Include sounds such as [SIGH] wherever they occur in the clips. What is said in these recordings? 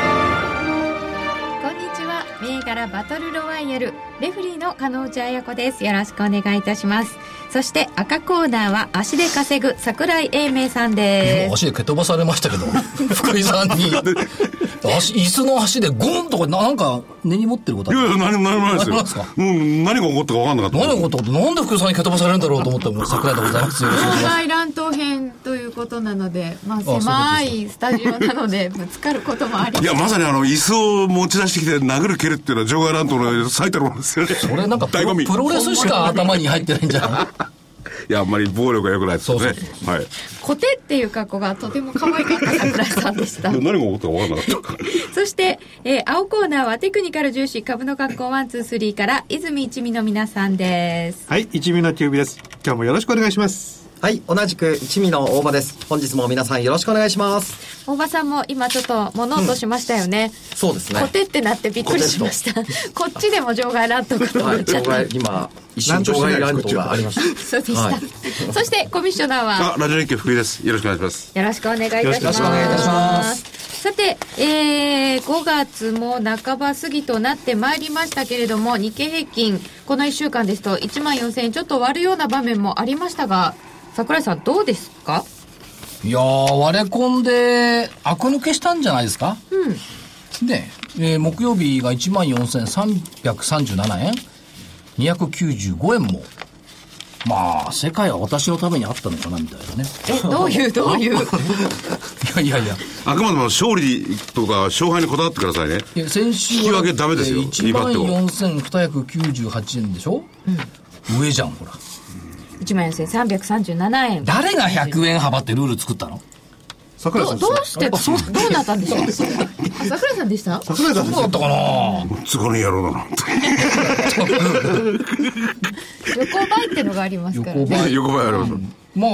こんにちは銘柄バトルロワイヤルレフリーの加納内彩子ですよろしくお願いいたしますそして赤コーナーは足で稼ぐ桜井英明さんです足で蹴飛ばされましたけど福井さんに足椅子の足でゴンとかななんか根に持ってることいあやいるや、何も、何もないですよ。何もないですかうん、何が起こったか分かんなかった。何のことってなんで福井さんに蹴飛ばされるんだろうと思ったもん桜井でございますよろしくお願いし場ます外乱闘編ということなので、まあ、そういうこと狭いスタジオな [LAUGHS] のでぶつかることもありいや、まさにあの、椅子を持ち出してきて殴る蹴るっていうのは、場外乱闘の最たるものですよね。そこれなんかプ醍醐ロ味。プロレスしか頭に入ってないんじゃないいや、あんまり暴力は良くないですよね。そうはい。コテっていう格好がとても可愛かった桜井さんでした何が起こったか分かんなかった。そして、えー青コーナーはテクニカル重視株の学校123から泉一味の皆さんですはい、一味のキュービです。今日もよろしくお願いします。はい、同じく一味の大場です。本日も皆さんよろしくお願いします。大場さんも今ちょっと物音しましたよね、そうですね。コテってなってびっくりしました [LAUGHS] こっちでも場外乱闘かとは思っい、ちゃ場った外、今、一瞬 [LAUGHS] 場外ラントがありましそうでした、はいそしてコミッショナーはあ、ラジオ日記福井です。よろしくお願いします。よろしくお願いいたします。よろしくお願いいたしますさて、えー、5月も半ば過ぎとなってまいりましたけれども、日経平均、この1週間ですと1万4000円ちょっと割るような場面もありましたが、桜井さんどうですかいやー、割れ込んで、あく抜けしたんじゃないですかうん。で、えー木曜日が14,337円、295円も。まあ、世界は私のためにあったのかな、みたいなね。え、どういう、どう [LAUGHS] いう。いやいやいや。あくまでも勝利とか勝敗にこだわってくださいね。いや先週は引き分けダメですよ1リバ万テを4298円でしょ、上じゃん、ほら。 1万4337円。誰が100円幅ってルール作ったの桜井さどどんですうして、どうなったんでしょうあ桜井さんでした桜井さんでそうだすったかなつこの野郎だな。旅行バイってのがありますから横ばい [LAUGHS] ね。横ばいあります。まあ、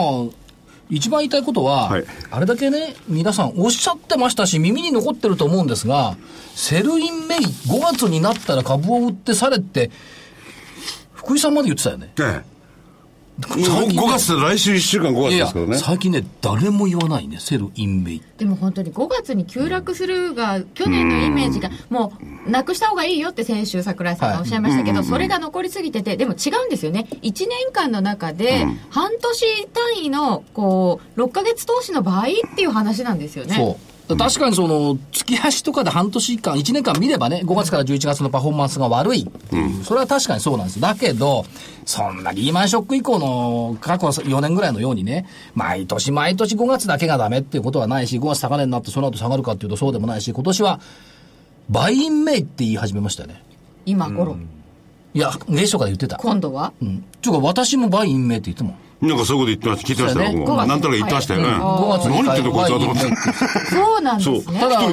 一番言いたいことは、はいあれだけね、皆さんおっしゃってましたし、耳に残ってると思うんですが、セルインメイ、5月になったら株を売ってされって、福井さんまで言ってたよね。ねえ。5月って来週1週間5い月でやすいけどや、ね。最近ね、誰も言わないね、セルインメイ。でも本当に5月に急落するが、去年のイメージが、もう、なくした方がいいよって先週桜井さんがおっしゃいましたけど、それが残りすぎてて、でも違うんですよね。1年間の中で、半年単位の、こう、6ヶ月投資の場合っていう話なんですよね。そう。確かにその、月足とかで半年間、1年間見ればね、5月から11月のパフォーマンスが悪いっていう、それは確かにそうなんです。だけど、そんなリーマンショック以降の過去4年ぐらいのようにね、毎年毎年5月だけがダメっていうことはないし、5月高値になってその後下がるかっていうとそうでもないし、今年は、バインメイって言い始めましたよね。今頃、いや、月初から言ってた。今度はうん。ちょうか私もバインメイって言っても。なんかそういうこと言ってました。聞いてましたよ、そうだね僕も。なんとなく言ってましたよね。 5月に何言ってんのこいつはと思ってバインメイって言ってそうなんそでう。すたね。だだ、世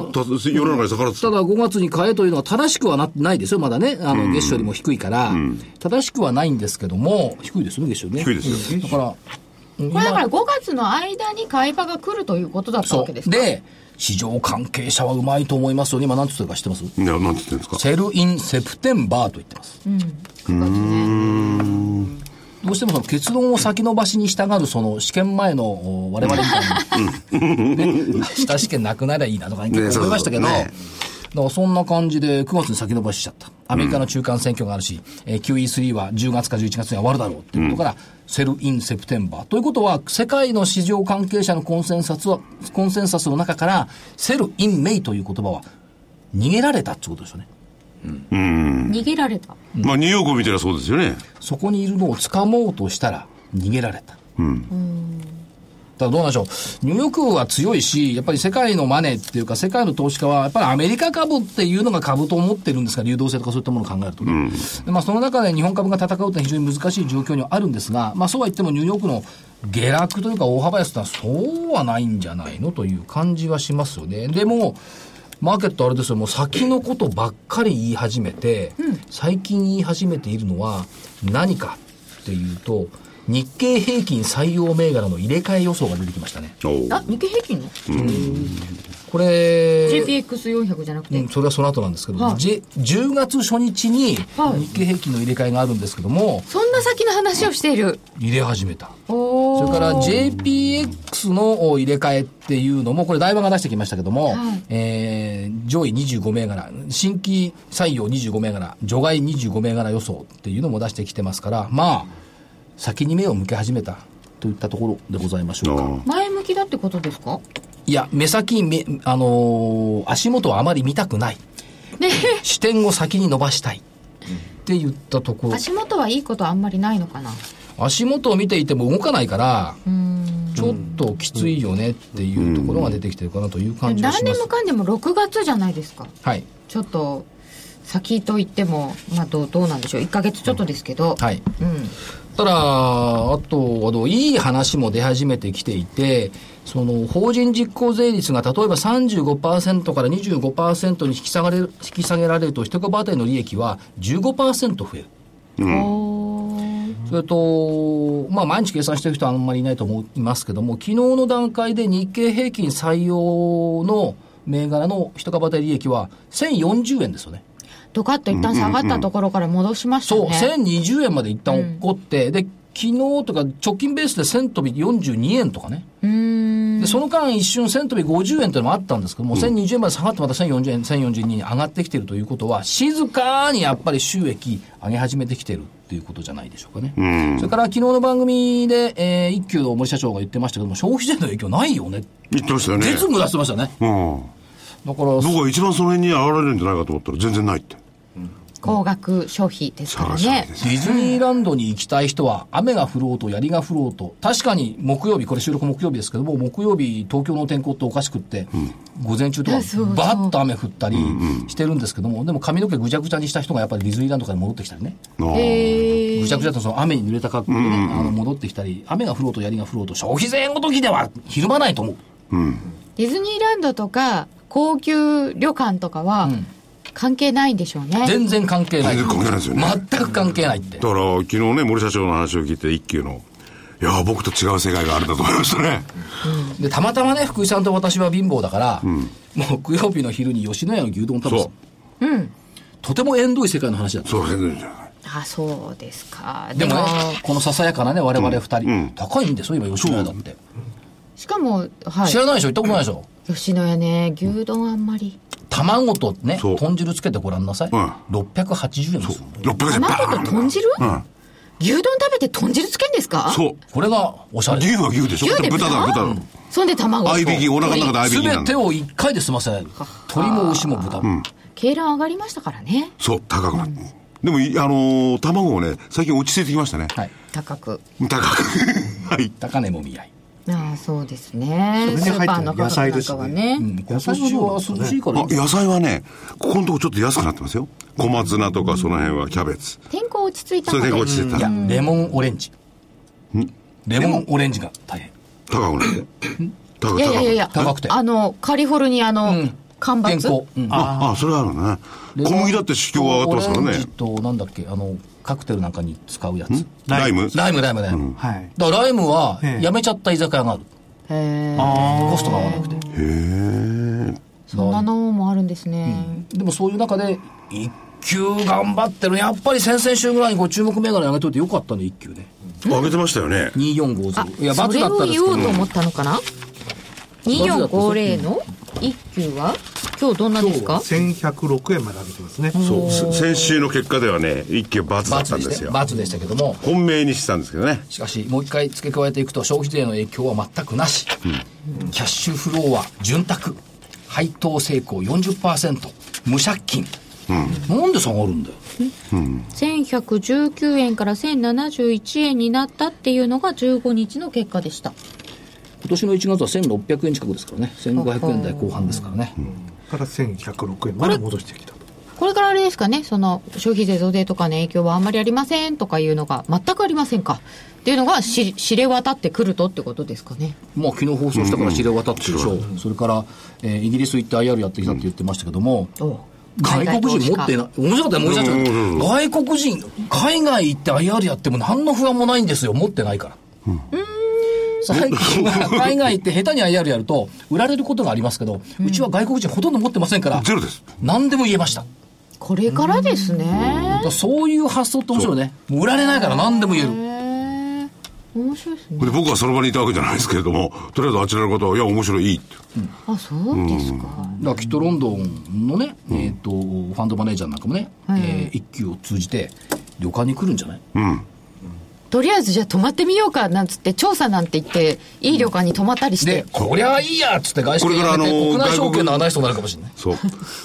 の中に逆らってたた。だ5月に買えというのは正しくはなないですよ、まだね。あの、月初よりも低いから、正しくはないんですけども、低いですよね、月初ね。低いですよ。だから、うんこれだ今から5月の間に買い場が来るということだったわそけですう。かで、市場関係者はうまいと思いますよね。今何て言ってるか知ってますいや、なんて言ってんですか。セルインセプテンバーと言ってます。 9月ね。どうしてもその結論を先延ばしに従う、その試験前のお我々みたいな、ね、下試験なくなりゃいいなとか、結構思いましたけど、ねそうそうだからそんな感じで9月に先延ばししちゃった。アメリカの中間選挙があるし、えー QE3 は10月か11月には終わるだろうっていうことから、セルインセプテンバー。ということは、世界の市場関係者のコンセンサスは、コンセンサスの中から、セルインメイという言葉は逃げられたってことですよね。逃げられた。まあ、ニューヨークみたいなそうですよね。そこにいるのを掴もうとしたら逃げられた。ただどうなんでしょう。ニューヨークは強いし、やっぱり世界のマネーっていうか、世界の投資家は、やっぱりアメリカ株っていうのが株と思ってるんですが、流動性とかそういったものを考えるとね。でまあその中で日本株が戦うって非常に難しい状況にはあるんですが、まあそうは言ってもニューヨークの下落というか大幅安というのはそうはないんじゃないのという感じはしますよね。でも、マーケットあれですよ、もう先のことばっかり言い始めて、最近言い始めているのは何かっていうと、日経平均採用銘柄の入れ替え予想が出てきましたね。おうあ日経平均のこれ、 JPX400 じゃなくて、うん、それはその後なんですけど、はい J- 10月初日に日はい経平均の入れ替えがあるんですけども、そんな先の話をしている入れ始めた。おそーれから JPX のお入れ替えっていうのも、これ台場が出してきましたけども、はいえー上位25銘柄、新規採用25銘柄、除外25銘柄予想っていうのも出してきてますから、まあ、先に目を向け始めたといったところでございましょうか。あ前向きだってことですかいや、目先、めあのー足元はあまり見たくない。ね視点を先に伸ばしたい。って言ったところ。足元はいいことあんまりないのかな足元を見ていても動かないから、ちょっときついよねっていうところが出てきてるかなという感じが何しまですも。かんでも6月じゃないですかはい。ちょっと先と言っても、まあ、どうどうなんでしょう1か月ちょっとですけど、はい。うん、ただ、あとはどう、いい話も出始めてきていて、その、法人実効税率が例えば35%から25%に引き下がれる、引き下げられると、一株当たりの利益は15%増える。それと、まあ、毎日計算してる人はあんまりいないと思いますけども、昨日の段階で日経平均採用の銘柄の一株当たり利益は1040円ですよね。ドカッと一旦下がったところから戻しましたね、そう、1020円まで一旦落っこって、で、昨日とか直近ベースで1000飛び42円とかね。で、その間一瞬1000飛び50円というのもあったんですけども、1020円まで下がってまた1040円、1042円に上がってきてるということは、静かにやっぱり収益上げ始めてきてるっていうことじゃないでしょうかね。それから昨日の番組で、えー一休の森社長が言ってましたけども、消費税の影響ないよね。言ってましたよね。絶無出してましたね。うん。だから、僕は一番その辺に現れるんじゃないかと思ったら全然ないって。高額消費ですからそうねですディズニーランドに行きたい人は、雨が降ろうと、槍が降ろうと、確かに木曜日、これ収録木曜日ですけども、木曜日、東京の天候っておかしくって、午前中とかあそうそう、バッと雨降ったりしてるんですけども、でも髪の毛ぐちゃぐちゃにした人がやっぱりディズニーランドから戻ってきたりね、ああぐちゃぐちゃとその雨に濡れた格好でね、あの戻ってきたり、雨が降ろうと、槍が降ろうと、消費税の時ではひるまないと思う。ディズニーランドとか高級旅館とかは関係ないんでしょうね、全然関係ない。全然関係ないですよね全く関係ないって。だから昨日ね、森社長の話を聞いて一休の、いや、僕と違う世界があるんだと思いましたね。でたまたまね福井さんと私は貧乏だから、木曜日の昼に吉野家の牛丼を食べてそうとても縁遠い世界の話だったそう、全然じゃない。あそうですかででももねこのささやかなね我々二人、高いんですよ今吉野家だって、しかも、は知らい、ないでしょ行ったことないでしょ、吉野家ね牛丼あんまり卵とねそう豚汁つけてごらんなさい、うん680円ですよ600円バーン卵と豚汁、うん。牛丼食べて豚汁つけんですかそう。これがおしゃれ牛は牛でしょ牛で豚だ、豚だ。そんで卵合いびき、お腹の中で合いびきな全んてだ。を1回で済ませない鶏も牛も豚も、鶏卵上がりましたからねそう、高くなって。でも、いあのー卵もね、最近落ち着いてきましたね。はい高く高く。 [LAUGHS] はい。高値もみ合い、ああそうですねそれにス入っーてるパーの価格なんかはねうん、今年は涼しいからいあい、野菜はね、ここのとこちょっと安くなってますよ。小松菜とかその辺はキャベツ。天候落ち着いたそのれでで落ちてたいや。レモンオレンジレモンオレンジが大変高くなって。高くいやいやいやいや高くてあのカリフォルニアのん干ば健つ、康、うんあ、あ、それはあるね。小麦だって市況は上がってますかオらレンねジ。となんだっけあのカクテルなんかに使うやつライム。ライムライムライム、だはい。からライムはええやめちゃった居酒屋があるへえコストが合わなくてへえ。そんなのもあるんですね、でもそういう中で一級頑張ってるやっぱり先々週ぐらいにご注目銘柄上げといてよかったね一級ね上げてましたよね。あ2450いやそ罰れだっをたんです言けおどうと思ったのかな2450の一級は今日どんなですか1106円まで上げてますね。そう。せ先週の結果ではね、一挙罰だっ罰たんででしすたよ。罰でしたけども本命にしてたんですけどね。しかしもう一回付け加えていくと消費税の影響は全くなし、キャッシュフローは潤沢配当成功40%無借金、なんで下がるんだよ1119円から1071円になったっていうのが15日の結果でした今年の1月は1600円近くですからね1500円台後半ですからね、から1106円まで戻してきたと。これからあれですかね、その消費税増税とかの影響はあんまりありませんとかいうのが、全くありませんかっていうのがし知れ渡ってくるとってことですかね。もう昨日放送したから知れ渡ってるでしょう、それから、えーイギリス行って IR やってきたって言ってましたけども、外国人持ってない、面白かったよ、思い出したけど、外国人、海外行って IR やっても何の不安もないんですよ、持ってないから。最近は海外行って下手に IR やると、売られることがありますけど、うちは外国人ほとんど持ってませんから、ゼロです。何でも言えました。だこれからですね。からそういう発想って面白いね。もう売られないから何でも言える。へえ面白いですでね。僕はその場にいたわけじゃないですけれども、とりあえずあちらの方は、いや、面白い、いいって。あ、そうですか。だからきっとロンドンのね、えー、とファンドマネージャーなんかもね、はいえー一級を通じて旅館に来るんじゃない、とりあえずじゃあ泊まってみようかなんつって、調査なんて言って、いい旅館に泊まったりしでて。こりゃいいやっつって外資系これからやめてあの国内証券の外国アナリストになるかもしれないそう。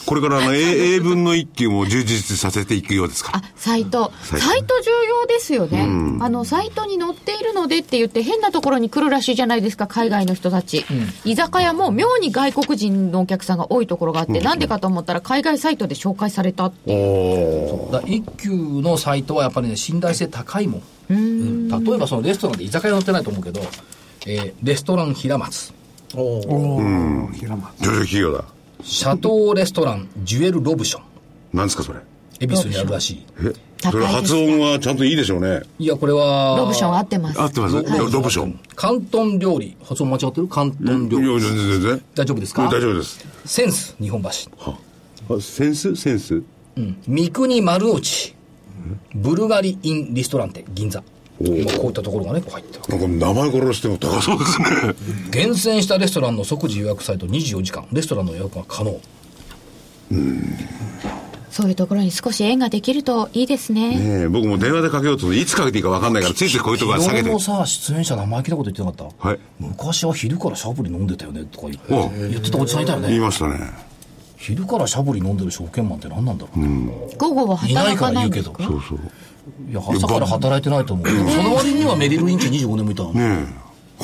これからあの、英英文の一級も充実させていくようですからあ。サイト、サイト重要ですよね、あのサイトに載っているのでって言って、変なところに来るらしいじゃないですか、海外の人たち、居酒屋も妙に外国人のお客さんが多いところがあって、な、んでかと思ったら、海外サイトで紹介されたっていう、だから一級のサイトはやっぱりね信頼性高いもん、うん例えばそのレストランで居酒屋載ってないと思うけど、えーレストラン平松平松。上場企業だ。シャトーレストランジュエル・ロブションなんですか、それ。恵比寿にあるらしいえ高いですそれ発音はちゃんといいでしょうね。いやこれはロブション合ってます。合ってますロロブション。広東料理発音間違ってる広東いや料全理、然全然。大丈夫ですか大丈夫です。センス日本橋はあセンスセンス三国丸内ブルガリ・イン・リストランテ銀座今こういったところがねこう入ってるわけなんか名前からしても高そうですね。厳選したレストランの即時予約サイト24時間レストランの予約が可能そういうところに少し縁ができるといいですね。ねえ僕も電話でかけようと思っていつかけていいか分かんないから、ついついこういうとこは下昨げ日ても。さ出演者名前聞いたこと言ってなかった、はい昔は昼からシャブリ飲んでたよねとか言ってお言ってたおじさんいたよ言いねましたね。昼からシャブリ飲んでる証券マンって何なんだろうね、午後はいない働かから言ないうでけすどかそうそう。いや朝から働いてないと思うその割にはメリル・リンチ25年もいたのにねえ、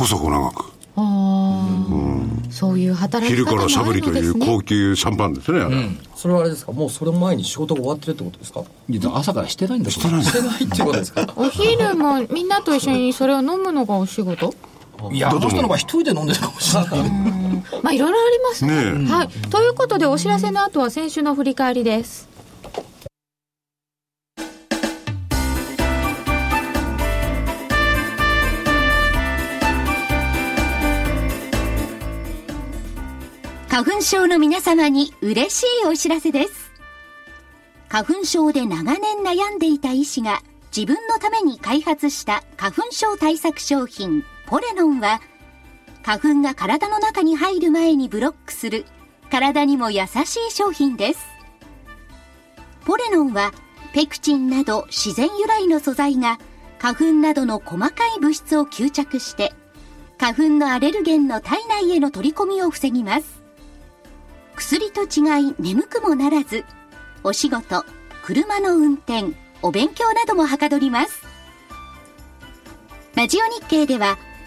細く長く。あーそういう働き昼方かもあらしゃぶりるとのでいすうね高。級シャンパンですね、あれ。それはあれですかもうそれ前に仕事が終わってるってことですかいや朝からしてないんだしてしてないってことですかお昼もみんなと一緒にそれを飲むのがお仕事 [LAUGHS] いやあの人の場合一人で飲んでるかもしれないまあいろいろありますね。ねえはい。ということでお知らせの後は先週の振り返りです。花粉症の皆様に嬉しいお知らせです。花粉症で長年悩んでいた医師が自分のために開発した花粉症対策商品ポレノンは花粉が体の中に入る前にブロックする体にも優しい商品です。ポレノンはペクチンなど自然由来の素材が花粉などの細かい物質を吸着して花粉のアレルゲンの体内への取り込みを防ぎます薬と違い眠くもならずお仕事車の運転お勉強などもはかどりますラジオ日経では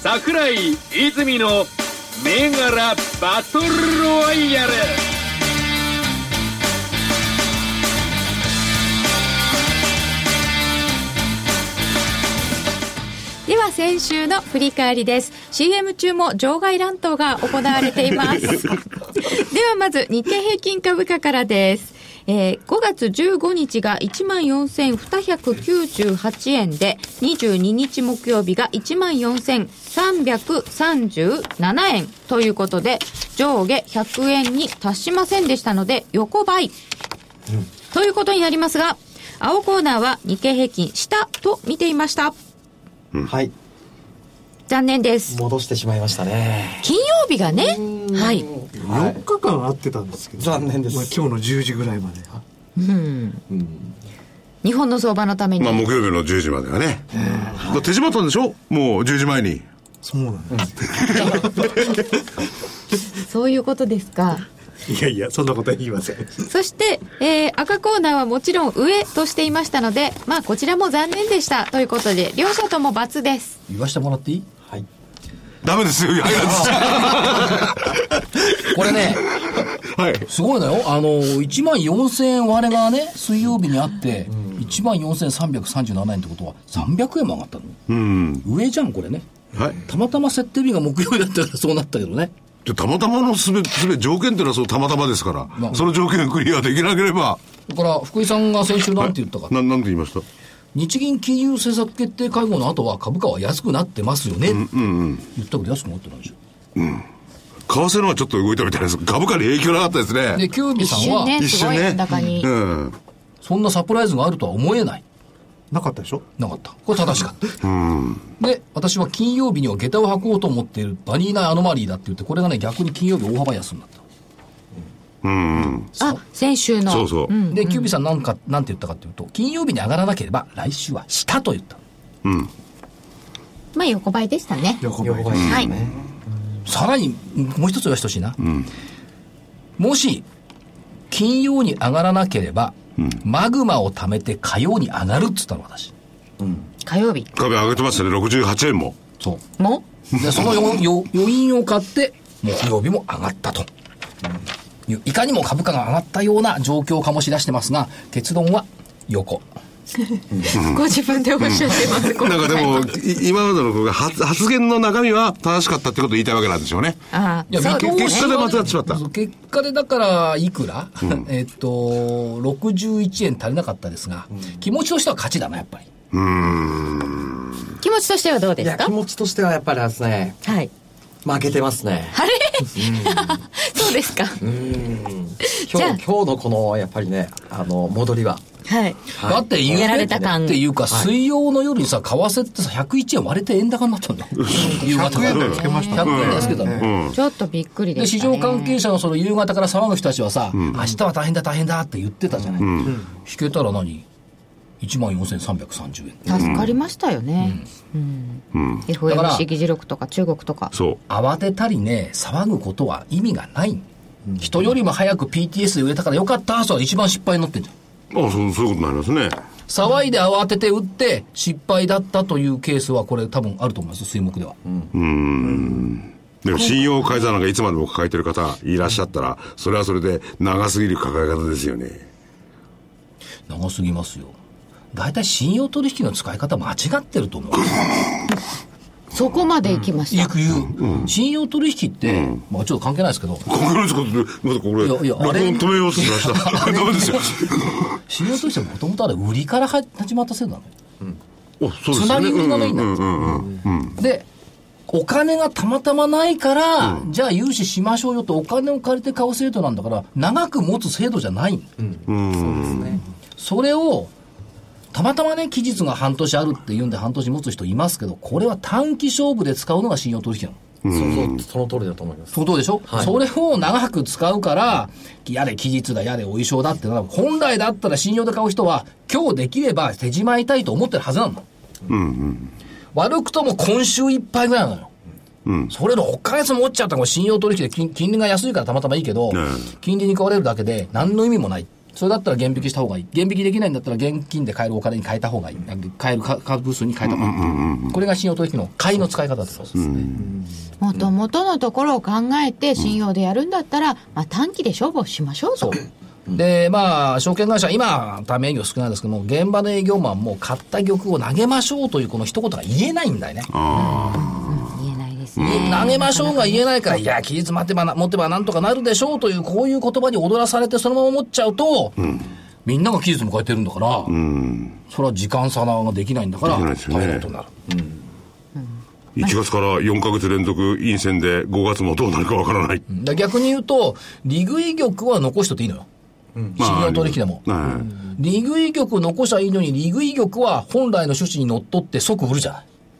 桜井泉の銘柄バトルロワイヤルでは先週の振り返りです。CM 中も場外乱闘が行われています。で [LAUGHS] はまず日経平均株価からです。えー5月15日が14,298円で、22日木曜日が14,337円ということで、上下100円に達しませんでしたので、横ばい。ということになりますが、青コーナーは日経平均下と見ていました。はい。残念です。 [LAUGHS] 戻してしまいましたね。金曜日がね、はい。 4日間会ってたんですけど残念ですまあ今日の10時ぐらいまで日本の相場のために。まあ、木曜日の10時まではね。だ手締まったんでしょもう10時前に。そうなんでそういうことですか。すいやいやそんなことは言いませんそして、えー赤コーナーはもちろん上としていましたので、まあこちらも残念でした。ということで、両者とも×です。言わしてもらっていいはい。ダメですよ、いやいやこれね、はい。すごいのよ。あの、1万4000円割れがね、水曜日にあって、1万4337円ってことは、300円も上がったの。うん。上じゃん、これね。はい。たまたま設定日が木曜日だったからそうなったけどね。でたまたまのすべ、すべ、条件っていうのはそうたまたまですから、まあその条件をクリアできなければ、だから、福井さんが先週なんて言ったか。な、なんて言いました日銀金融政策決定会合の後は株価は安くなってますよね。言ったけど安くなってないでし為替のはちょっと動いたみたいです。株価に影響なかったですょ。で、ね。キュウリ一さん瞬は、ね、一すご瞬いね中に。うん。そんなサプライズがあるとは思えない。なかったでしょなかった。これ正しかった。で、私は金曜日には下駄を履こうと思っているバニーナアノマリーだって言って、これがね、逆に金曜日大幅安になった。あ、先週の。そうそう。で、キュービーさんなんか、なんて言ったかというと、金曜日に上がらなければ、来週は下と言った。まあ横ばいでしたね。横ばい横ばいはい。さらに、もう一つ言わせてほしいな。もし、金曜に上がらなければ、マグマを貯めて火曜に上がるっつったの、私。火曜日株上げてましたね、68円も。そもう。で、そのよよ余韻を買って、木曜日も上がったと。いういかにも株価が上がったような状況を醸し出してますが、結論は横。ご自分でおっしゃってます。なんかでも、い今までのこの発発言の中身は正しかったってことを言いたいわけなんでしょうね。あいや、そう見通結しは果でまたやってしまったそう結果でだから、いくら、えっと、61円足りなかったですが、気持ちとしては勝ちだな、やっぱり。気持ちとしてはどうでいすや、か気持ちとしてはやっぱりですね、はい。負けてますね。あれそうですか。 [LAUGHS] 今じゃあ日、今日のこの、やっぱりね、あの、戻りは。はい。はいだって言うやられた感っていうか、水曜の夜にさ、為替ってさ、101円割れて円 [LAUGHS] 高になったんだよ。夕方から。 100円台つけましたね100円台つけたの。ちょっとびっくりでで、し市たね。場関係者のその夕方から騒ぐ人たちはさ、明日は大変だ大変だって言ってたじゃない。引けたら何 ?14,330 円。助かりましたよね。うん。だから FOMC 議事録とか中国とか。そう。慌てたりね、騒ぐことは意味がない。人よりも早く PTS で売れたからよかったそれ一番失敗になってんじゃん。あそう、そういうことになりますね。騒いで慌てて売って失敗だったというケースはこれ多分あると思います、水木では。でも信用改ざんなんかいつまでも抱えてる方いらっしゃったら、それはそれで長すぎる抱え方ですよね。長すぎますよ。大体信用取引の使い方間違ってると思う。そこまで行きましよた。く言う。信用取引って、まあちょっと関係ないですけど、ここのちょっと、まだこれ、いやい録や音あれ止めようとしま [LAUGHS] した。ダメですよ。信用取引はもともとあれ売りから始まったせいなのよ。あそうですよね。つまり売りがないんだうんうんうんうん。で、お金がたまたまないから、じゃあ融資しましょうよとお金を借りて買う制度なんだから、長く持つ制度じゃない、それを、たまたまね、期日が半年あるって言うんで半年持つ人いますけど、これは短期勝負で使うのが信用取引なの。そうそう、その通りだと思います。そうでしょ、それを長く使うから、やれ期日だ、やれお衣装だってなら、本来だったら信用で買う人は、今日できれば手じまいたいと思ってるはずなの。悪くとも今週いっぱいぐらいなのよ。それの6ヶ月も落ちちゃったらこれ信用取引で金金利が安いからたまたまいいけど、金利に買われるだけで何の意味もない。それだったら減引きした方がいい。減引きできないんだったら現金で買えるお金に変えた方がいい。買えるか株数に変えた方がいい。これが信用取引の買いの使い方です。もともとのところを考えて信用でやるんだったら、まあ短期で勝負をしましょうと。で、まあ、証券会社、今、ため営業少ないですけども、現場の営業マンも買った玉を投げましょうというこの一言が言えないんだよね。言えないですね。投げましょうが言えないから、いや、期日待てばな、持てばなんとかなるでしょうという、こういう言葉に踊らされてそのまま持っちゃうと、みんなが期日迎えてるんだから、それは時間差ができないんだから、できない大ですよね変なことになる。 1月から4ヶ月連続陰線で5月もどうなるかわからない。だから逆に言うと、利食い玉は残しとっていいのよ。信用取引でも。はい利食い玉を残しゃいいのに、利食い玉は本来の趣旨にのっとって即売るじゃ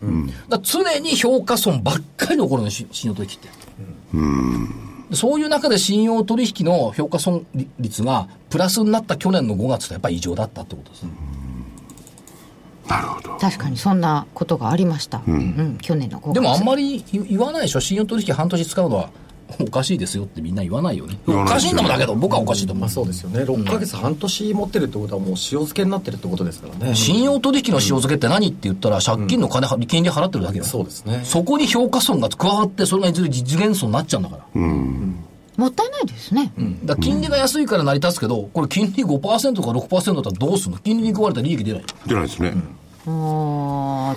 ない。だから常に評価損ばっかり起こるのよ、し信用取引って。そういう中で信用取引の評価損率がプラスになった去年の5月とやっぱり異常だったってことですね。確かにそんなことがありました、うん去年の5月でもあんまり言言わないでしょ、信用取引半年使うのはおかしいですよってみんな言わないよね。言わおないでかすよしいんだもんだけど、僕はおかしいと思う。そうですよね6ヶ月半年持ってるってことはもう塩漬けになってるってことですからね、信用取引の塩漬けって何って言ったら、借金の金は、金利払ってるだけよ。そうですねそこに評価損が加わって、それがいずれ実現損になっちゃうんだから。もったいないですね、だから金利が安いから成り立つけど、これ金利5%か6%だったらどうすんの金利に食われたら利益出ない。じゃないですね。あ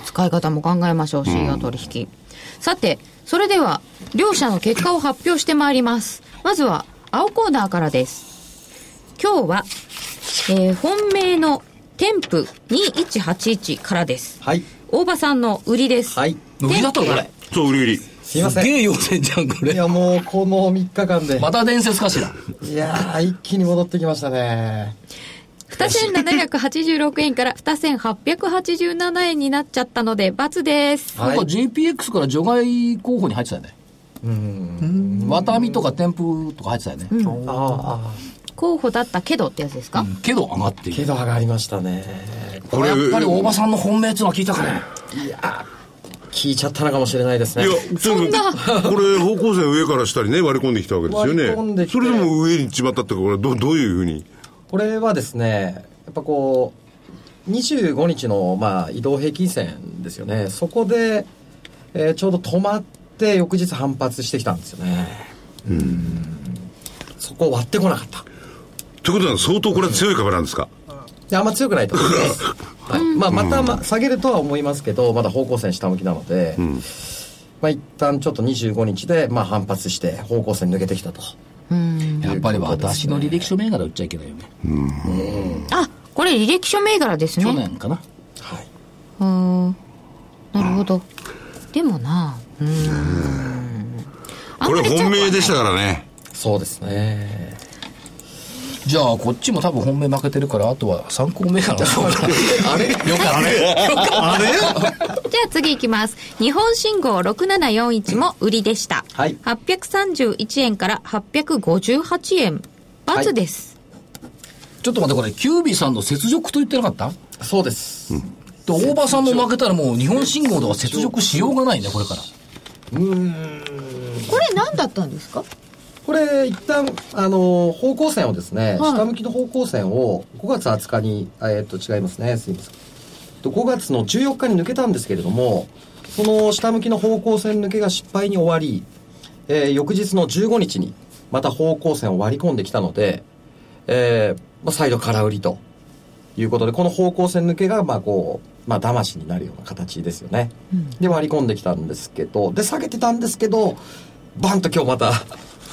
ー使い方も考えましょう信用取引、さてそれでは両社の結果を発表してまいりますまずは青コーナーからです今日は、えー本命の添付2181からですはい大場さんの売りですはい売りだったのこ添れ付。そう、売り売り。すいませんすげえ陽線じゃん、こいれ。やもうこの3日間で、また伝説かしら。いやー一気に戻ってきましたね2786円から2887円になっちゃったので×ですなんか JPX から除外候補に入ってたよね。うん。ワタミとか添付とか入ってたよね。ああ候補だったけどってやつですか、けど上がっていける。ど上がりましたねこれ、やいっやぱり大場さんの本命っていうのは聞いたから。聞いちゃったのかもしれないですね、ちょっと、これ、方向線上から下にね、割り込んできたわけですよ割り込んでね。きそてれでも上に行っちまったって、これはど、どういうふうに。これはですねやっぱこう25日の、まあ、移動平均線ですよねそこで、えーちょうど止まって翌日反発してきたんですよねそこを割ってこなかったってことは、相当これは強い株なんですかいやあんま強くないと思います、はいまあ、また、ま、下げるとは思いますけどまだ方向線下向きなので、まあ一旦ちょっと25日で、まあ、反発して方向線抜けてきたとやっぱり私の履歴書銘柄売っちゃいけないよね。あこれ履歴書銘柄ですね去年かな。はい、うんなるほど、でもなうんこれ本命でしたからね。そうですねじゃあ、こっちも多分本命負けてるから、あとは参考銘柄の方が。あれよかった。あれじゃあ次いきます日本信号6741も売りでした、はい831円から858円×です、ちょっと待って、これ、キュービーさんの雪辱と言ってなかったそうです、で大場さんも負けたらもう日本信号とか雪辱しようがないね、これから。これ何だったんですかこれ一旦あの方向線をですね、はい下向きの方向線を5月20日にあえっと違いますねすいませんえっと5月の14日に抜けたんですけれどもその下向きの方向線抜けが失敗に終わり、えー翌日の15日にまた方向線を割り込んできたので、えーまあ、再度空売りということでこの方向線抜けがまあこうまあ騙しになるような形ですよね、で割り込んできたんですけどで下げてたんですけどバンと今日また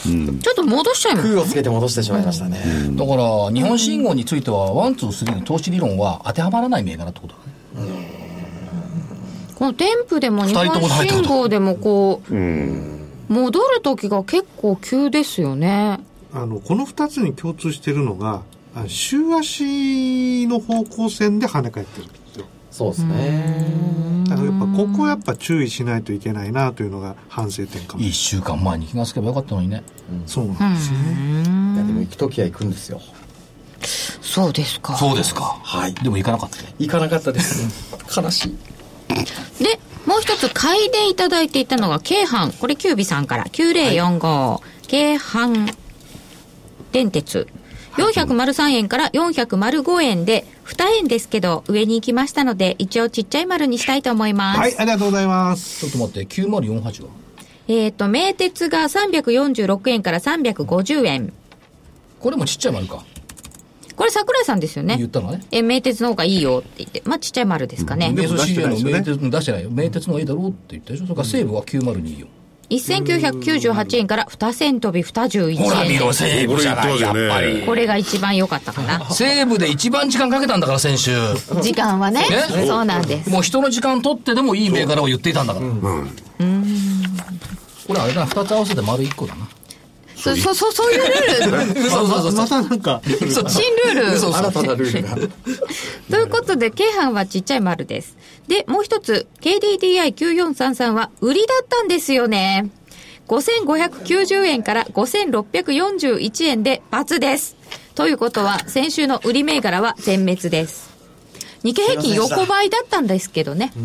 ちょっと戻しちゃいます空をつけて戻してしまいましたね、だから、日本信号については、ワン、ツー、スリーの投資理論は当てはまらない銘柄ってことだね。この添付でも日人とも本入ったこと信号でもこう戻る時が結構急ですよねあの、この二つに共通してるのが、あ週足の方向線で跳ね返ってるんですよ。そうですねだからやっぱ、ここはやっぱ注意しないといけないなというのが反省点かも。一週間前に気がつけばよかったのにね。そうなんですよね。いやでも行く時は行くんですよそうですかそうですか。はいでも行かなかったよ。行かなかったです悲しいで、もう一つ、買いでいただいていたのが、京阪。これ、キュービさんから。9045。京阪電鉄。403円から405円で、2円ですけど、上に行きましたので、一応ちっちゃい丸にしたいと思います。はい、ありがとうございます。ちょっと待って、9048はえっ、と、名鉄が346円から350円。これもちっちゃい丸か。これ、桜井さんですよ言ねっ。たのはね。え、名鉄の方がいいよって言って。まあ、ちっちゃい丸ですかね。も出してない SCA でのすよね名鉄、出してないよ。名鉄の方がいいだろうって言ったでしょ。それから西武は9024。 1998円から2千飛び21円で。西これ言ってますよね。これが一番良かったかな。西武で一番時間かけたんだから、先週。時間はねねそうなんですもう人の時間取ってでもいい銘柄を言っていたんだから。これあれだな、二つ合わせて丸一個だな。そそそそういうル [LAUGHS] ール嘘嘘嘘嘘またなんか、嘘新ルール嘘嘘新たなルールが。ということで、京阪はちっちゃい丸です。で、もう一つ、KDDI9433 は売りだったんですよね。5590円から5641円で×です。ということは、先週の売り銘柄は全滅です。日経平均横ばいだったんですけどね。こ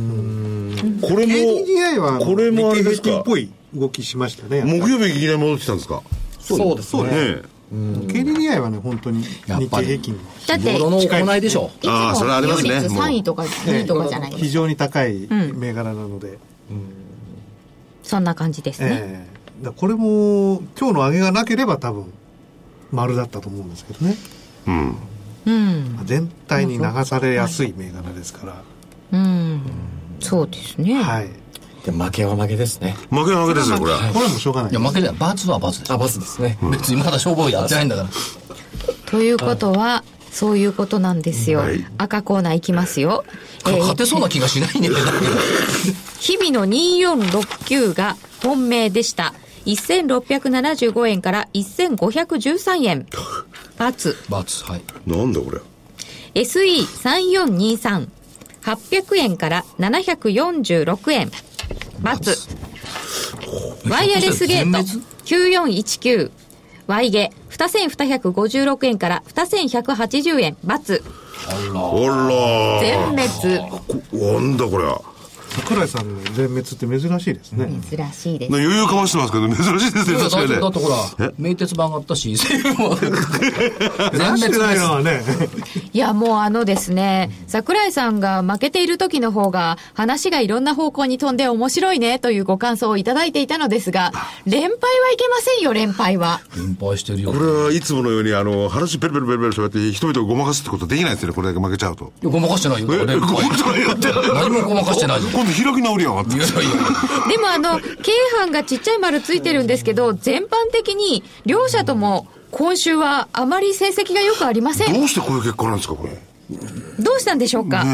れ KDDI も、は、これもあれです日経平均かっ。ぽい動きしましたね。木曜日いきなり戻ってきたんですかそうですねね。え。 KDDI はね、本当に日やっぱ経り平均のだって、い日頃の行いでしょつもあーそれありますね唯一もう3位とか2位とかじゃないです非か。常に高いん銘柄なので、そんな感じですね。ええだこれも今日の上げがなければ多分丸だったと思うんですけどね、うん。うん。まあ全体に流されやすい銘柄ですから、うん。そうですね。はい、で、負けは負けですね。負けなわけですよ、これは。これはもうしょうがないいや、負けじゃない。罰は罰ですあ、。バスですね。別にまだ勝負をやってないんだから。ということは、そういうことなんですよ。はい赤コーナーいきますよ。えー勝てそうな気がしないね。日々の2469が本命でした。1675円から1513円。 [LAUGHS] バツ。罰、はい。なんだこれ。 SE3423。800円から746円。バツ。ワイヤレスゲート全滅9419。ワイゲ2256円から2180円。バツ。あら全ー。滅。こなんだこれは。桜井さんの全滅って珍しいですね、珍しいです。余裕かましてますけど、珍しいですね、だっ確かにてねだっ。てほらえ、名鉄版があったし、全滅 [LAUGHS] 出してないのはねいや、もうあのですね、桜井さんが負けている時の方が、話がいろんな方向に飛んで面白いねというご感想をいただいていたのですが、連敗はいけませんよ、連敗は。分配してるよ。これはいつものように、あの、話ペルペルペルペル喋って、人々をごまかすってことできないですよね、これだけ負けちゃうと。いやごまかしてないよ。え、連ごま敗かしてないよって。何もごまかしてないよ。今度開き直りやがって。いやいやいや。でもあの、京阪がちっちゃい丸ついてるんですけど、全般的に、両者とも、今週はあまり成績が良くありません。どうしてこういう結果なんですか、これ。どうしたんでしょうか、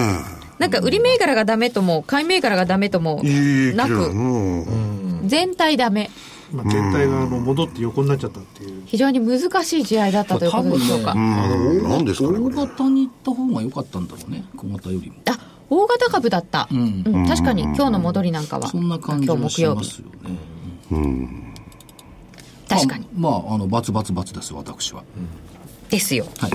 なんか売り銘柄がダメとも、買い銘柄がダメともいい、綺麗ななく、うん。全体ダメ。まあ全体があの戻って横になっちゃったっていう非常に難しい試合だったということでしょうか。うんなんですかね、こ大れ。型に行った方が良かったんだろうね。小型よりも。あ大型株だった、うんん確かに今日の戻りなんかは、そんな感じ今日も木し曜ま日す、よね。確かにまあ、まあ、あの、バツバツバツですよ、私は。ですよ。はい。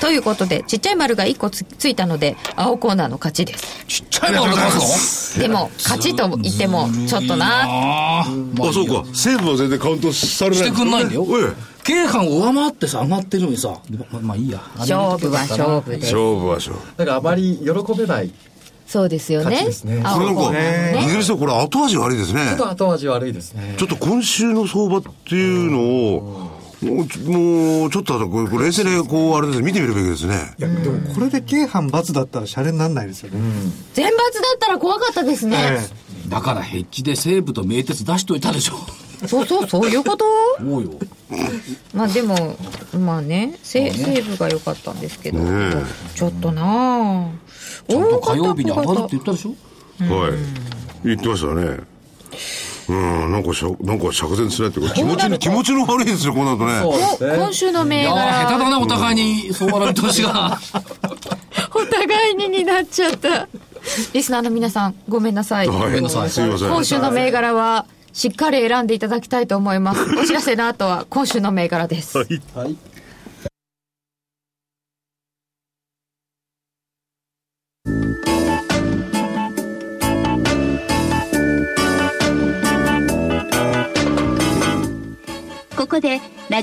ということで、ちっちゃい丸が1個つついたので、青コーナーの勝ちです。ちっちゃいの俺出すでも、勝ちと言っても、ちょっとな、ああ、そうか。西武は全然カウントされない。してくんないんだよおい。京阪を上回ってさ、上がってるのにさ、でままあいいや。勝負は勝負です勝。負は勝負。だからあまり喜べない。そうですよね勝ちですこれね。なん青コーナーか、のイギね。リスはこれ後味悪いですね。ちょっと後味悪いですね。ちょっと今週の相場っていうのを、もうち、もうちょっとあとこれ、これ冷静にこう、あれですね、見てみるべきですね。いやでもこれで京阪罰だったらシャレにならないですよね、全罰だったら怖かったですね。えだからヘッジで西武と名鉄出しといたでしょ。そうそう、そういうことおうよ。まあでも、まあね、せ西武が良かったんですけど、ねちょっとなちゃんと大火型曜日に上が小るっ型て言ったでしょ。はい。言ってましたね。うん、なんかしゃ、なんか釈然しないっていうか、気持ちの、気持ちの悪いですね、こうなるとね。そうですね今。週のい銘や柄ー、下手だな、お互いに相場の見通しが。お互いにになっちゃったリスナーの皆さんごめんなさい、はい。なさいすいません。今週の銘柄はしっかり選んでいただきたいと思いますお知らせの後は今週の銘柄です、はい。ここでラ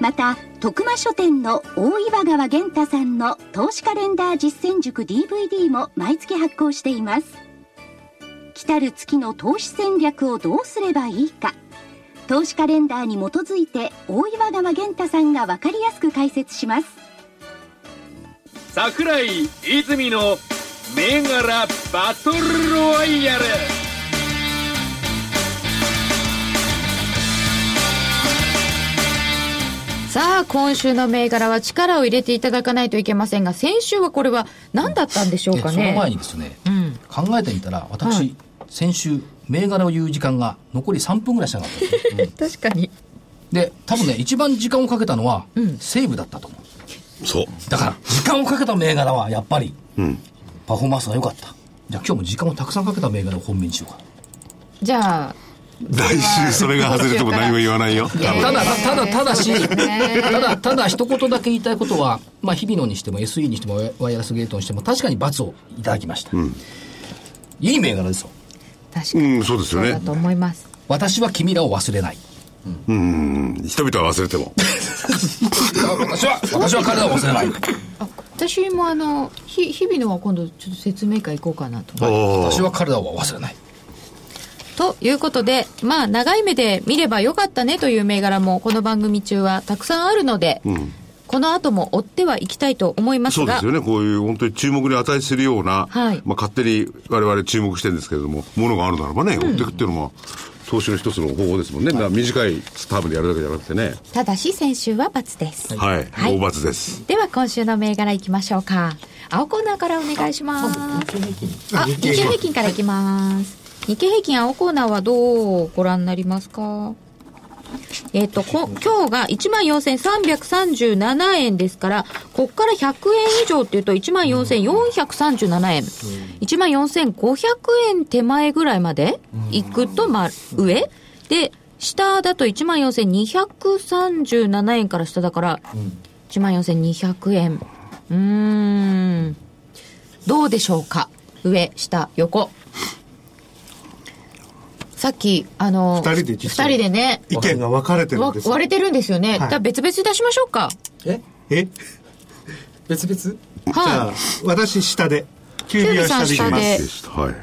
また徳間書店の大岩川源太さんの投資カレンダー実践塾 DVD も毎月発行しています来たる月の投資戦略をどうすればいいか投資カレンダーに基づいて大岩川源太さんが分かりやすく解説します桜井泉の銘柄バトルロワイヤルさあ、今週の銘柄は力を入れていただかないといけませんが、先週はこれは何だったんでしょうでかその前ね。にですね、うん考えてみたら私、はい先週銘柄を言う時間が残り3分ぐらいしなかったんですよ確かに。で多分ね一番時間をかけたのは、ん西武だったと思うそう。だから時間をかけた銘柄はやっぱり、パフォーマンスが良かったじゃあ今日も時間をたくさんかけた銘柄を本命にしようかじゃあ、来週それが外れても何も言わないよ。いやただただただし、そうですねただただ一言だけ言いたいことは、まあ、日比野にしても SE にしてもワイヤレスゲートにしても確かに罰をいただきました、いい銘柄ですよ確かうに。ん、そうですよそうだね。と思います。私は君らを忘れないうん、人々は忘れても。私は私は彼らを忘れないあ私もあの、ひ日々のは今度ちょっと説明会行こうかなと。お私ーは彼らを忘れないということで、まあ、長い目で見ればよかったねという銘柄も、この番組中はたくさんあるので、この後も追ってはいきたいと思いまそすうでが、すよね。こういう本当に注目に値するような、はいまあ勝手に我々注目してるんですけれども、ものがあるならばね、追っていくっていうのは、投資の一つの方法ですもんね。まあ短いスタームでやるだけじゃなくてね。ただし先週は罰です。はい。はい大罰です。では今週の銘柄いきましょうか。青コーナーからお願いします。あ、日経平均からいきます。日経平均青コーナーはどうご覧になりますかえっ、と、こ今日が14,337円ですから、こっから100円以上っていうと14,437円、14,500円手前ぐらいまで行くと、まあ、上で、下だと14,237円から下だから、14,200円。うーん。どうでしょうか上、下、横。さっき、あの、二人で二実は人でね、意見が分かれてるんわですよ割れてるんですよね。いだから別々に出しましょうか。ええ別々じゃはあ、私下で。キュウリは下でいきキュウまリさん下す。えでした。はい。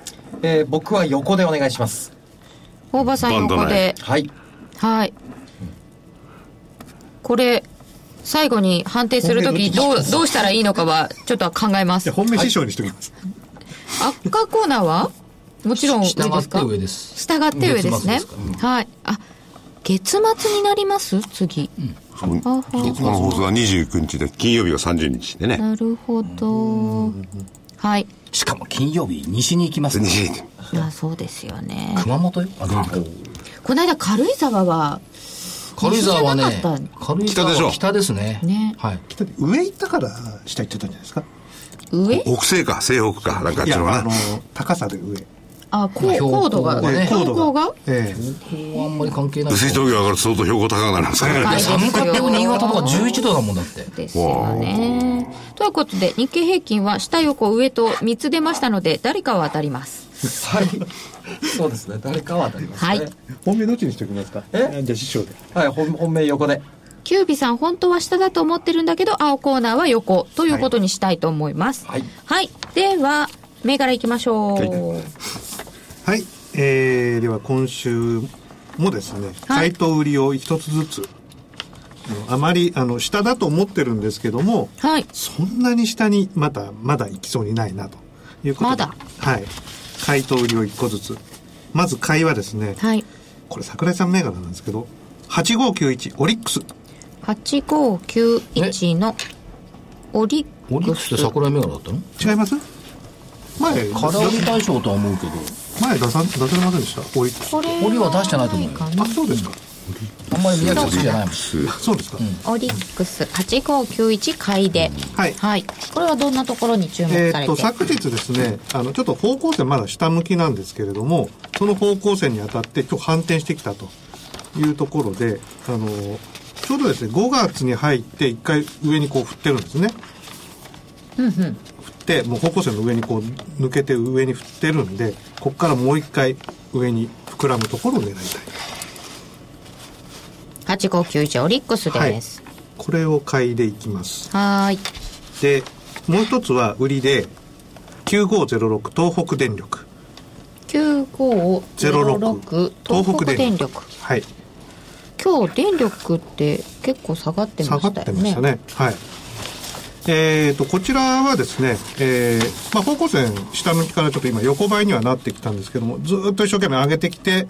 えー僕は横でお願いします。い。大場さんバンド横で。はい。はい。これ、最後に判定するとき、どう、どうしたらいいのかは、ちょっと考えまじすゃあ。本命師匠にしときます。赤コーナーはもちろん上従でっすかて上です従って上ですね月末ですからうんはいあ月末になります次、あこの放送が29日で、金曜日が30日でね。なるほどはいしかも金曜日西に行きますね20日あそうですよね熊本よあでもこの間軽井沢は軽井沢は西ねじゃなかっ軽井沢北でしょは北ですねねはい上行ったから下行ってたんじゃないですか。上北西か西北か、なんかあっちいや、のあかのな。、高さで上。えあこう標高高度ががねえ標高高度がが。えあんまり関係ない薄い東京上がると相当標高高くなりますからはねい。寒かったよ新潟とか11度だもんだってですよねということで日経平均は下横上と3つ出ましたので誰かは当たりますはい。 [LAUGHS] そうですね。誰かは当たりますね。はいえ本命どっちにしときますかえじゃあ師匠で。はい。本本命横で。キュービさん本当は下だと思ってるんだけど青コーナーは横ということにしたいと思いますははいい、では銘柄いきましょうはい。えー、では今週もですね、はいサイト売りを一つずつ、あのあまり、あの、下だと思ってるんですけども、はいそんなに下にまだまだ行きそうにないなというこまとでだはい買いと売りを1個ずつまず買いはですね、はいこれ桜井さん銘柄なんですけど8591オリックス8591のオリオリッッククススって桜井銘柄だったの違います前唐揚げ大賞とは思うけど前出さ出されませんでしたオリックスこれオリは出してないと思うよかあなそうですかあんまり宮崎好きじゃないもんそうですか、オリックス8591買いで、はいはいこれはどんなところに注目されえて、ーっと昨日ですねあのちょっと方向線まだ下向きなんですけれどもその方向線に当たって今日反転してきたというところであのちょうどですね5月に入って1回上にこう振ってるんですね。振ってもう方向線の上にこう抜けて上に振ってるんでここからもう1回上に膨らむところを狙いたい。 8591オリックスですこれを買いでいきます。はーいでもう一つは売りで9506東北電力。 9506 06東北電力はい今日電力って結構下がってま下がしったてよましたね。はい。えー、とこちらはですね、えーまあ、方向線下向きからちょっと今横ばいにはなってきたんですけどもずーっと一生懸命上げてきて、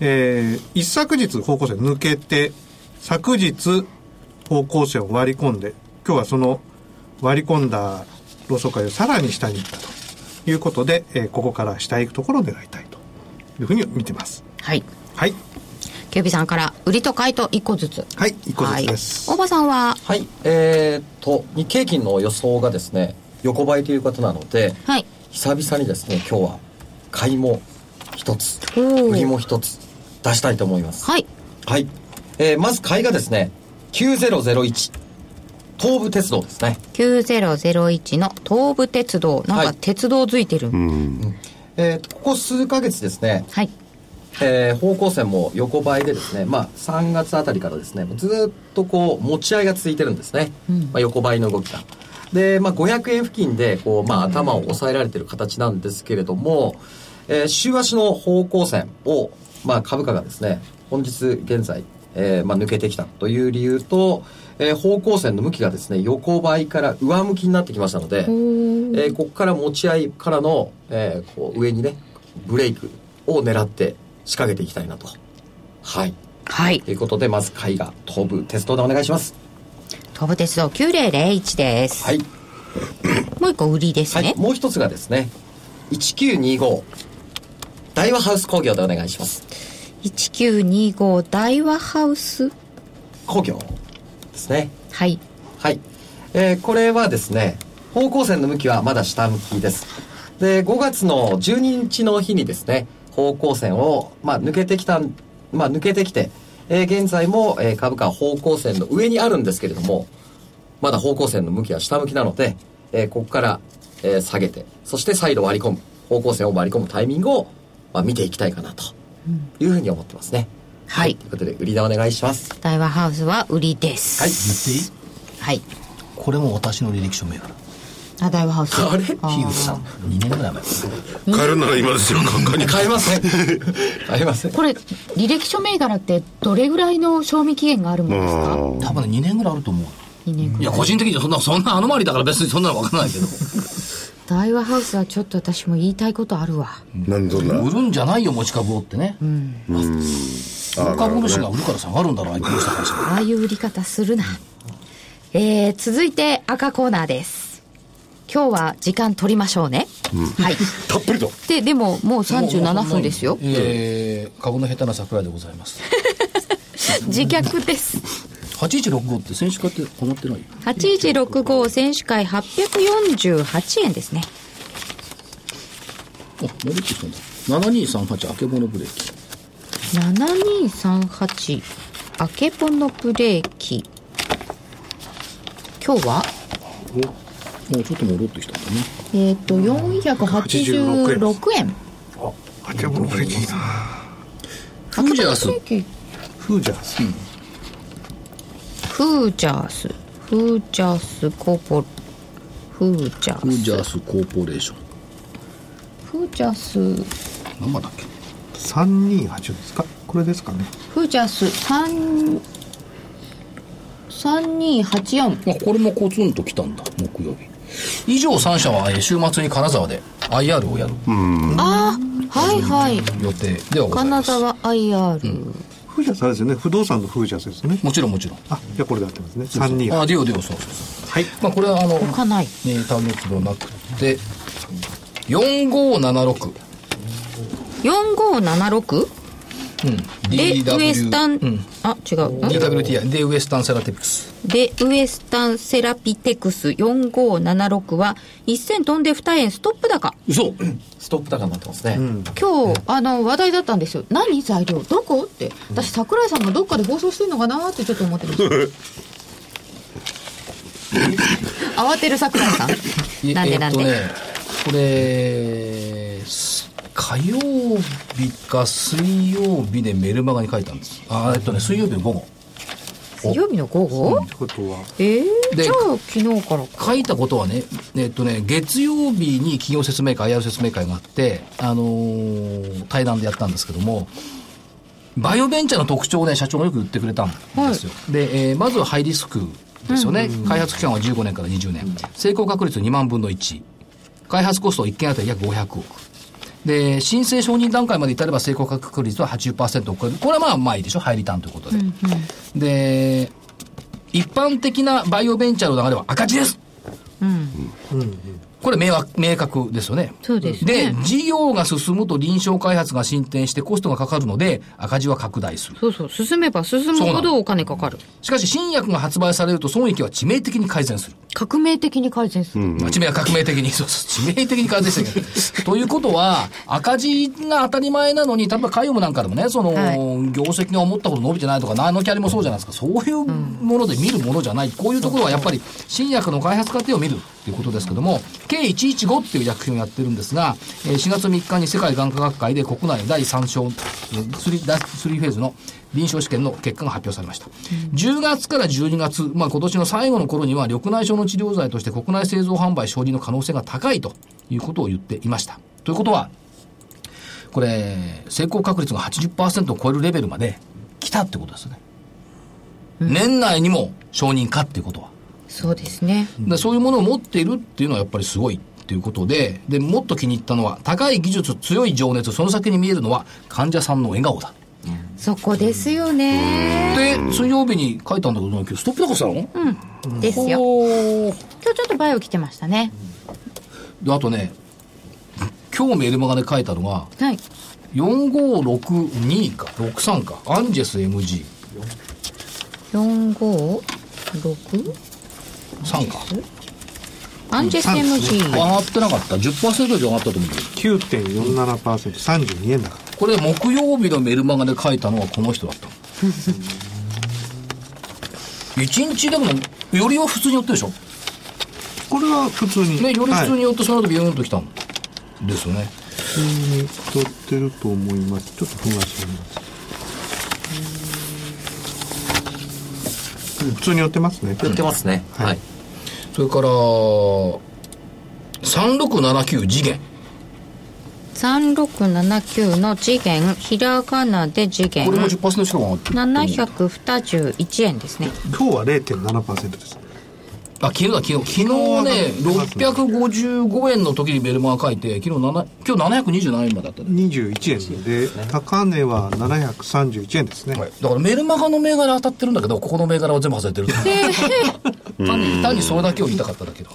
えー一昨日方向線抜けて昨日方向線を割り込んで今日はその割り込んだ路層界をさらに下に行ったということで、えーここから下へ行くところを狙いたいというふうに見てます。はい。はい、キュービさんから売りと買いと一個ずつ。はい、一個ずつです。はい大場さんは、はい、えーっと、日経金の予想がですね、横ばいということなので、はい。久々にですね、今日は、買いも一つ、おー売りも一つ、出したいと思います。はい。はい。えーまず買いがですね、9001、東武鉄道ですね。 9001の東武鉄道。なんはかい鉄道づいてる。えーっと、ここ数ヶ月ですね、はい。えー方向線も横ばいでですね、まあ、3月あたりからですねもうずーっとこう持ち合いが続いてるんですね、まあ、横ばいの動きが。で、まあ、500円付近でこう、まあ、頭を押さえられてる形なんですけれども、えー週足の方向線を、まあ、株価がですね本日現在、えーまあ、抜けてきたという理由と、えー方向線の向きがですね横ばいから上向きになってきましたので、えーここから持ち合いからの、えーこう上にねブレイクを狙って仕掛けていきたいなと。はい。はいと。いうことで、まず絵画、飛ぶ、鉄道でお願いします。東武鉄道9001です。はい。もう一個売りですはねい。。もう一つがですね、1925、大和ハウス工業でお願いします。 1925大和ハウス。工業ですね。はい。はい。えーこれはですね、方向線の向きはまだ下向きです。で、5月の12日の日にですね、方向線を、まあ、抜けてきたん、まあ、抜けてきて、えー現在も、えー株価は方向線の上にあるんですけれども、まだ方向線の向きは下向きなので、えーここから、えー下げて、そして再度割り込む、方向線を割り込むタイミングを、まあ、見ていきたいかなというふうに思ってますね。はいということで、売りでお願いします。大和ハウスは売りではいす。。言っていいはい。これも私の履歴書メールあ、大和ハウス。あれ樋口さん2年ぐらい前買えるなら今ですよ、簡単に。買えません。買えません。これ、履歴書銘柄ってどれぐらいの賞味期限があるものですか多分ね2年ぐらいあると思う2年いや個人的にそんなそんなアノマリだから別にそんなの分からないけど大和ハウスはちょっと私も言いたいことあるわなんどんな。売るんじゃないよ持ち株をってね持ち株主が売るから下がるんだろあいつどうした会社ああいう売り方するなえー、続いて赤コーナーです今日は時間取りましょうね、はいたっぷりと。ででももう37分ですよえー株の下手な桜井でございます自虐です8165って選手会って思ってない8165選手会848円ですねあ戻ってきたんだ7238あけぼのブレーキ7238あけぼのブレーキ今日はもうちょっと戻ってきたんだねえっ、と486円あでもこれいいなフージャースフージャースフージャースフージャースコーポフージャフージャーーススコーポレーションフージャース何番だっけ328ですかこれですかねフージャース三三二八四まあ、これもコツンと来たんだ木曜日以上3社はえー週末に金沢で IR をやるああはいはい予定ではございま金す沢 IR、フージャスあれですよね不動産のフージャスですねもちろんもちろんあじゃあこれで合ってますね328あディオディオそうそうそうはいまあこれはあの他ないえー単月のなくて4576四五七六うんでウエスタン、うんあ違う、ん DWTI でウエスタンセラテピクスで、ウエスタンセラピテクス4576は、1000飛んで2円ストップ高。嘘ストップ高になってますね。今日、あの、話題だったんですよ。何材料どこって。私、桜井さんもどっかで放送してるのかなってちょっと思ってま [LAUGHS] した。慌てる桜井さん。いなんでなんえで。ーっとねこれす火曜日か水曜日でメルマガに書いたんですあーえっとね水曜日の午後水曜日の午後、ってことはえー、でじゃあ、昨日からか。書いたことはね、えっとね、月曜日に企業説明会、IR 説明会があって、あのー対談でやったんですけども、バイオベンチャーの特徴をね、社長がよく言ってくれたんですよ。で、えーまずはハイリスクですよね。開発期間は15年から20年。成功確率2万分の1。開発コスト1件あたり約500億。で、申請承認段階まで至れば成功確率は80%を超える。これはまあ、まあいいでしょ。ハイリターンということで。で、一般的なバイオベンチャーの流れは赤字ですこれ明確明確ですよね。そうですねで、事業が進むと臨床開発が進展してコストがかかるので赤字は拡大する。そうそう、進めば進むほどお金かかる。しかし新薬が発売されると損益は致命的に改善する。革命的に改善する。まあ致命は革命的に、そうそう、致命的に改善してる。ということは、赤字が当たり前なのに、例えばカイオムなんかでもね、その、はい業績が思ったほど伸びてないとか、何のキャリもそうじゃないですか。そういうもので見るものじゃない。こういうところはやっぱり、新薬の開発過程を見るっていうことですけども、K115 っていう薬品をやってるんですが、えー4月3日に世界眼科学会で国内第3章、えー3、第3フェーズの臨床試験の結果が発表されました。10月から12月、まあ今年の最後の頃には緑内障の治療剤として国内製造販売承認の可能性が高いということを言っていました。ということは、これ、成功確率が80%を超えるレベルまで来たってことですよね。年内にも承認かっていうことは。そうですね。でそういうものを持っているっていうのはやっぱりすごいっていうことで、で、もっと気に入ったのは、高い技術、強い情熱、その先に見えるのは患者さんの笑顔だ。そこですよね。で、水曜日に書いたんだけど、今日ストップ高さなのですよ。おー今日ちょっとバイオ来てましたね。であとね、今日メルマガで書いたのが、はい。 4562か、63か、アンジェス MG3 四五六か。アンジェス MG。上がってなかった。10%以上上がったと思うんだけど9.47%、32円だから。これ木曜日のメルマガで書いたのはこの人だったの。1日でも、よりは普通に寄ってるでしょこれは普通に。ね、より普通はいに寄って、その後ビューンと来たんですよね。普通に取ってると思います。ちょっとふがしてみます。うん普通に寄ってますね。言ってますね。はいはい。それから、3679次元。三六七九の次元、ひらがなで次元これ。も10%近く上がってる。七百二十一円ですね。今日は0.7%です。あ、昨日だ、昨日。昨日ね、655円の時にベルマー書いて、昨日7、今日727円までだったね。 21円で、高値は731円ですね。だからメルマガの銘柄当たってるんだけど、ここの銘柄は全部外れてる。 [LAUGHS] 単に、単にそれだけを言いたかっただけだ。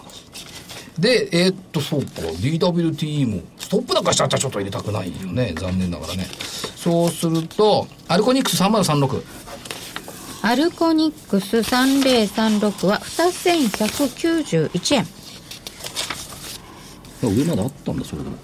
で、えーっと、そうか、DWTE も、ストップ高しちゃったらちょっと入れたくないよね、残念ながらね。そうすると、アルコニックス3036。アルコニックス3036は2191円。上まであったんだ、それでも。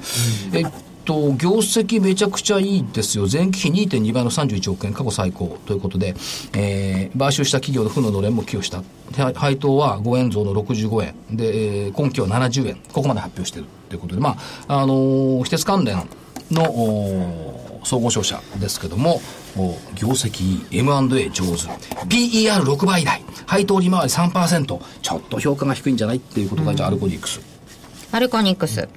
えっと、業績めちゃくちゃいいですよ。前期比2.2倍の31億円、過去最高ということで、えー買収した企業の負ののれんも寄付した。で配当は5円増の65円。で、えー今期は70円。ここまで発表してるということで、まあ、あのー、非鉄関連の、おー総合商社ですけども、お業績いい M&A 上手、PER6 倍台、配当利回り3%、ちょっと評価が低いんじゃないっていうことが、じゃあアルコニックス。アルコニックス。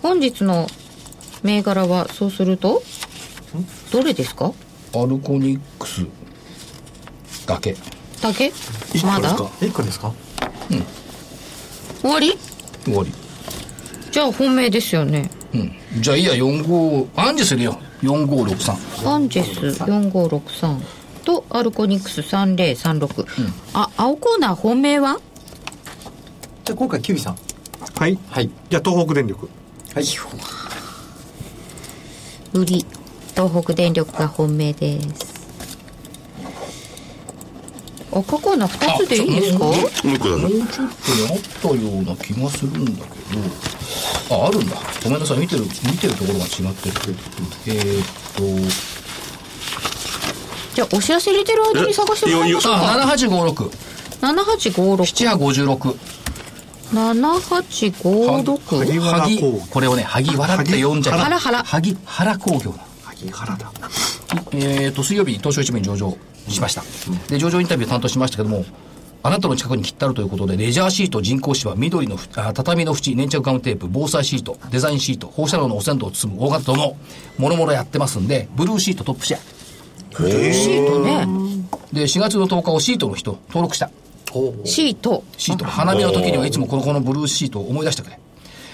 本日の銘柄はそうすると、どれですかアルコニックスだけ。だけまだ一個ですか終わり終わり。じゃあ本命ですよね。うん。じゃあいいや、45、アンジェス入れよう。4563。アンジェス4563とアルコニックス3036。あ、青コーナー本命はじゃあ今回キュウリさん。はい。はい。じゃあ、東北電力。はい。売り東北電力が本命です赤コーナー2つでいいですかあちょもう一個だもぞうちょっとあったような気がするんだけど。あ、あるんだ。ごめんなさい。見てる、見てるところが違ってる。えー、っじゃあお知らせ入れてる間に探してもらいましと、ょうかあ、7856。 7856 7 5 6 7856萩萩原工業これをね、萩原って呼んじゃいけない萩原萩原工業だ。萩原だ。えー、と水曜日に東証一部に上場しました、で上場インタビュー担当しましたけどもあなたの近くに切ってあるということで、レジャーシート、人工芝、緑のふあ畳の縁、粘着ガムテープ、防災シート、デザインシート、放射能の汚染度を包む大型のもろもろやってますんで、ブルーシートトップシェア。シートねで、4月の10日をシートの人、登録した。シートシート。花火の時にはいつもこのこのブルーシートを思い出してくれ。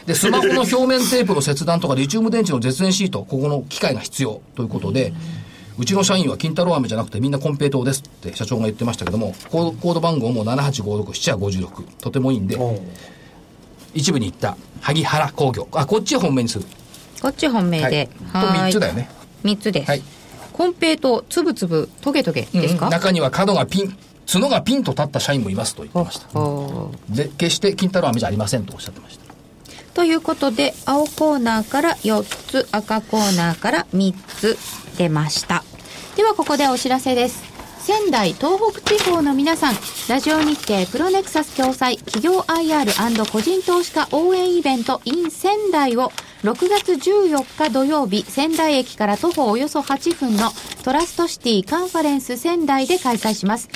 で、スマホの表面テープの切断とかリチウム電池の絶縁シート、ここの機械が必要ということで、うちの社員は金太郎飴じゃなくてみんなコンペイトーですって社長が言ってましたけども、コードコード番号も7856756。とてもいいんで、一部に行った萩原工業。あ、こっちを本命にする。こっち本命ではいはーいと三つだよね3つです、はいコンペイトつぶつぶトゲトゲですか、うん中には角がピン、角がピンと立った社員もいますと言ってました。おーで、決して金太郎飴じゃありませんとおっしゃってました。ということで青コーナーから4つ赤コーナーから3つ出ましたではここでお知らせです仙台東北地方の皆さんラジオ日経プロネクサス共催企業 IR& 個人投資家応援イベント in 仙台を6月14日土曜日仙台駅から徒歩およそ8分のトラストシティカンファレンス仙台で開催します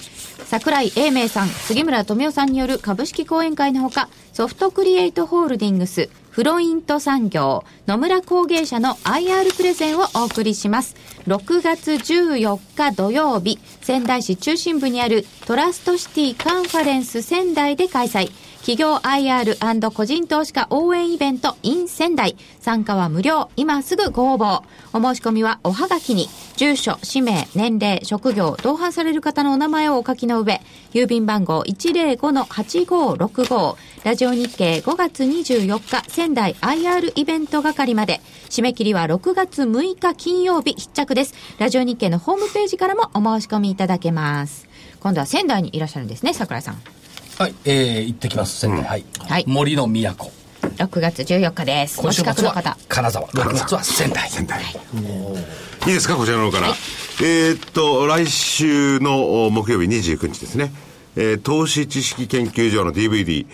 桜井英明さん杉村富夫さんによる株式講演会のほかソフトクリエイトホールディングスフロイント産業野村工芸社の IR プレゼンをお送りします6月14日土曜日仙台市中心部にあるトラストシティカンファレンス仙台で開催企業 IR& 個人投資家応援イベント in 仙台。参加は無料。今すぐご応募。お申し込みはおはがきに、住所、氏名、年齢、職業、同伴される方のお名前をお書きの上、郵便番号105-8565、ラジオ日経5月24日仙台 IR イベント係まで。締め切りは6月6日金曜日必着です。ラジオ日経のホームページからもお申し込みいただけます。今度は仙台にいらっしゃるんですね、桜井さん。はい、えー、行ってきます、仙台。はい。はい森の都。 6月14日です。お今週近く末のは方。金沢。6月は仙台。仙台。いいですかこちらの方から。えーっと、来週のお木曜日29日ですね。えー投資知識研究所の DVD、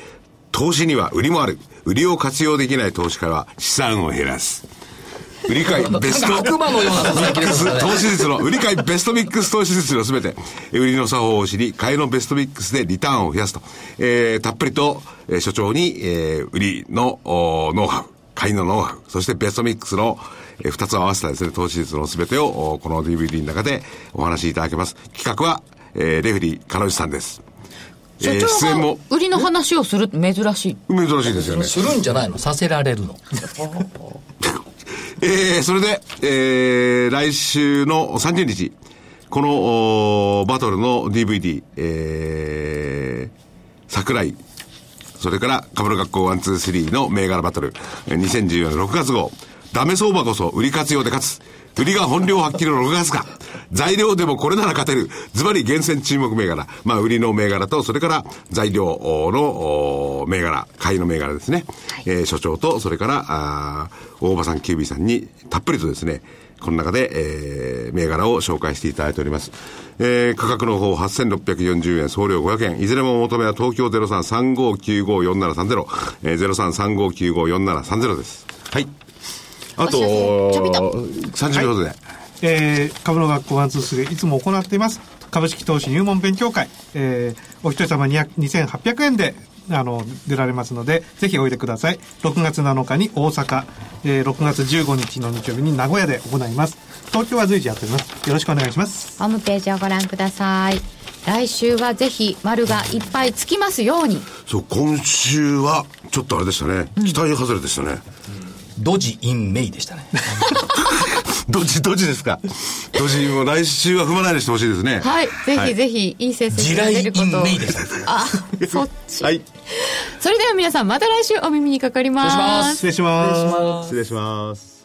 投資には売りもある。売りを活用できない投資家は資産を減らす。売り買いベスト。悪魔のようなミ続ッきでクすスね。投資術の売り買いベストミックス投資術のすべて、え売りの作法を知り、買いのベストミックスでリターンを増やすと、えーたっぷりと、えー所長に、えー売りのおーノウハウ、買いのノウハウ、そしてベストミックスの、え2つを合わせたですね、投資術のすべてを、おこの DVD の中でお話しいただけます。企画は、えーレフェリー、金内さんです。えー出演も、売りの話をする珍しい珍しいですよね。するんじゃないのさせられるの。えー、それで、えー、来週の30日、この、おーバトルの DVD、えー、桜井、それから、株の学校123の銘柄バトル、えー2014年6月号、ダメ相場こそ売り活用で勝つ。売りが本領発揮の6月か。材料でもこれなら勝てる。ズバリ厳選注目銘柄。まあ、売りの銘柄と、それから材料のお銘柄、買いの銘柄ですね。えー所長と、それから、あー大場さん、キュービーさんにたっぷりとですね、この中で、えー銘柄を紹介していただいております。えー価格の方、8640円、送料500円。いずれもお求めは東京0335954730、えー、0335954730です。はい。あと、お知らせちょ30秒ほどで。えー株の学校ワンツースリーいつも行っています株式投資入門勉強会、えーお一人様200 2800円であの出られますのでぜひおいでください6月7日に大阪、えー6月15日の日曜日に名古屋で行います東京は随時やっておりますよろしくお願いしますホームページをご覧ください。来週はぜひ丸がいっぱいつきますように。そう、今週は、ちょっとあれでしたね。期待外れでしたね。ドジインメイでしたね。どっち、どっちですか。どっちも来週は踏まないでしてほしいですね。はい。ぜはひいぜひ、いい成績地が雷出イることンをメイ。で [LAUGHS] したね。あ、そっち。はい。それでは皆さん、また来週お耳にかかります。失礼します失礼します。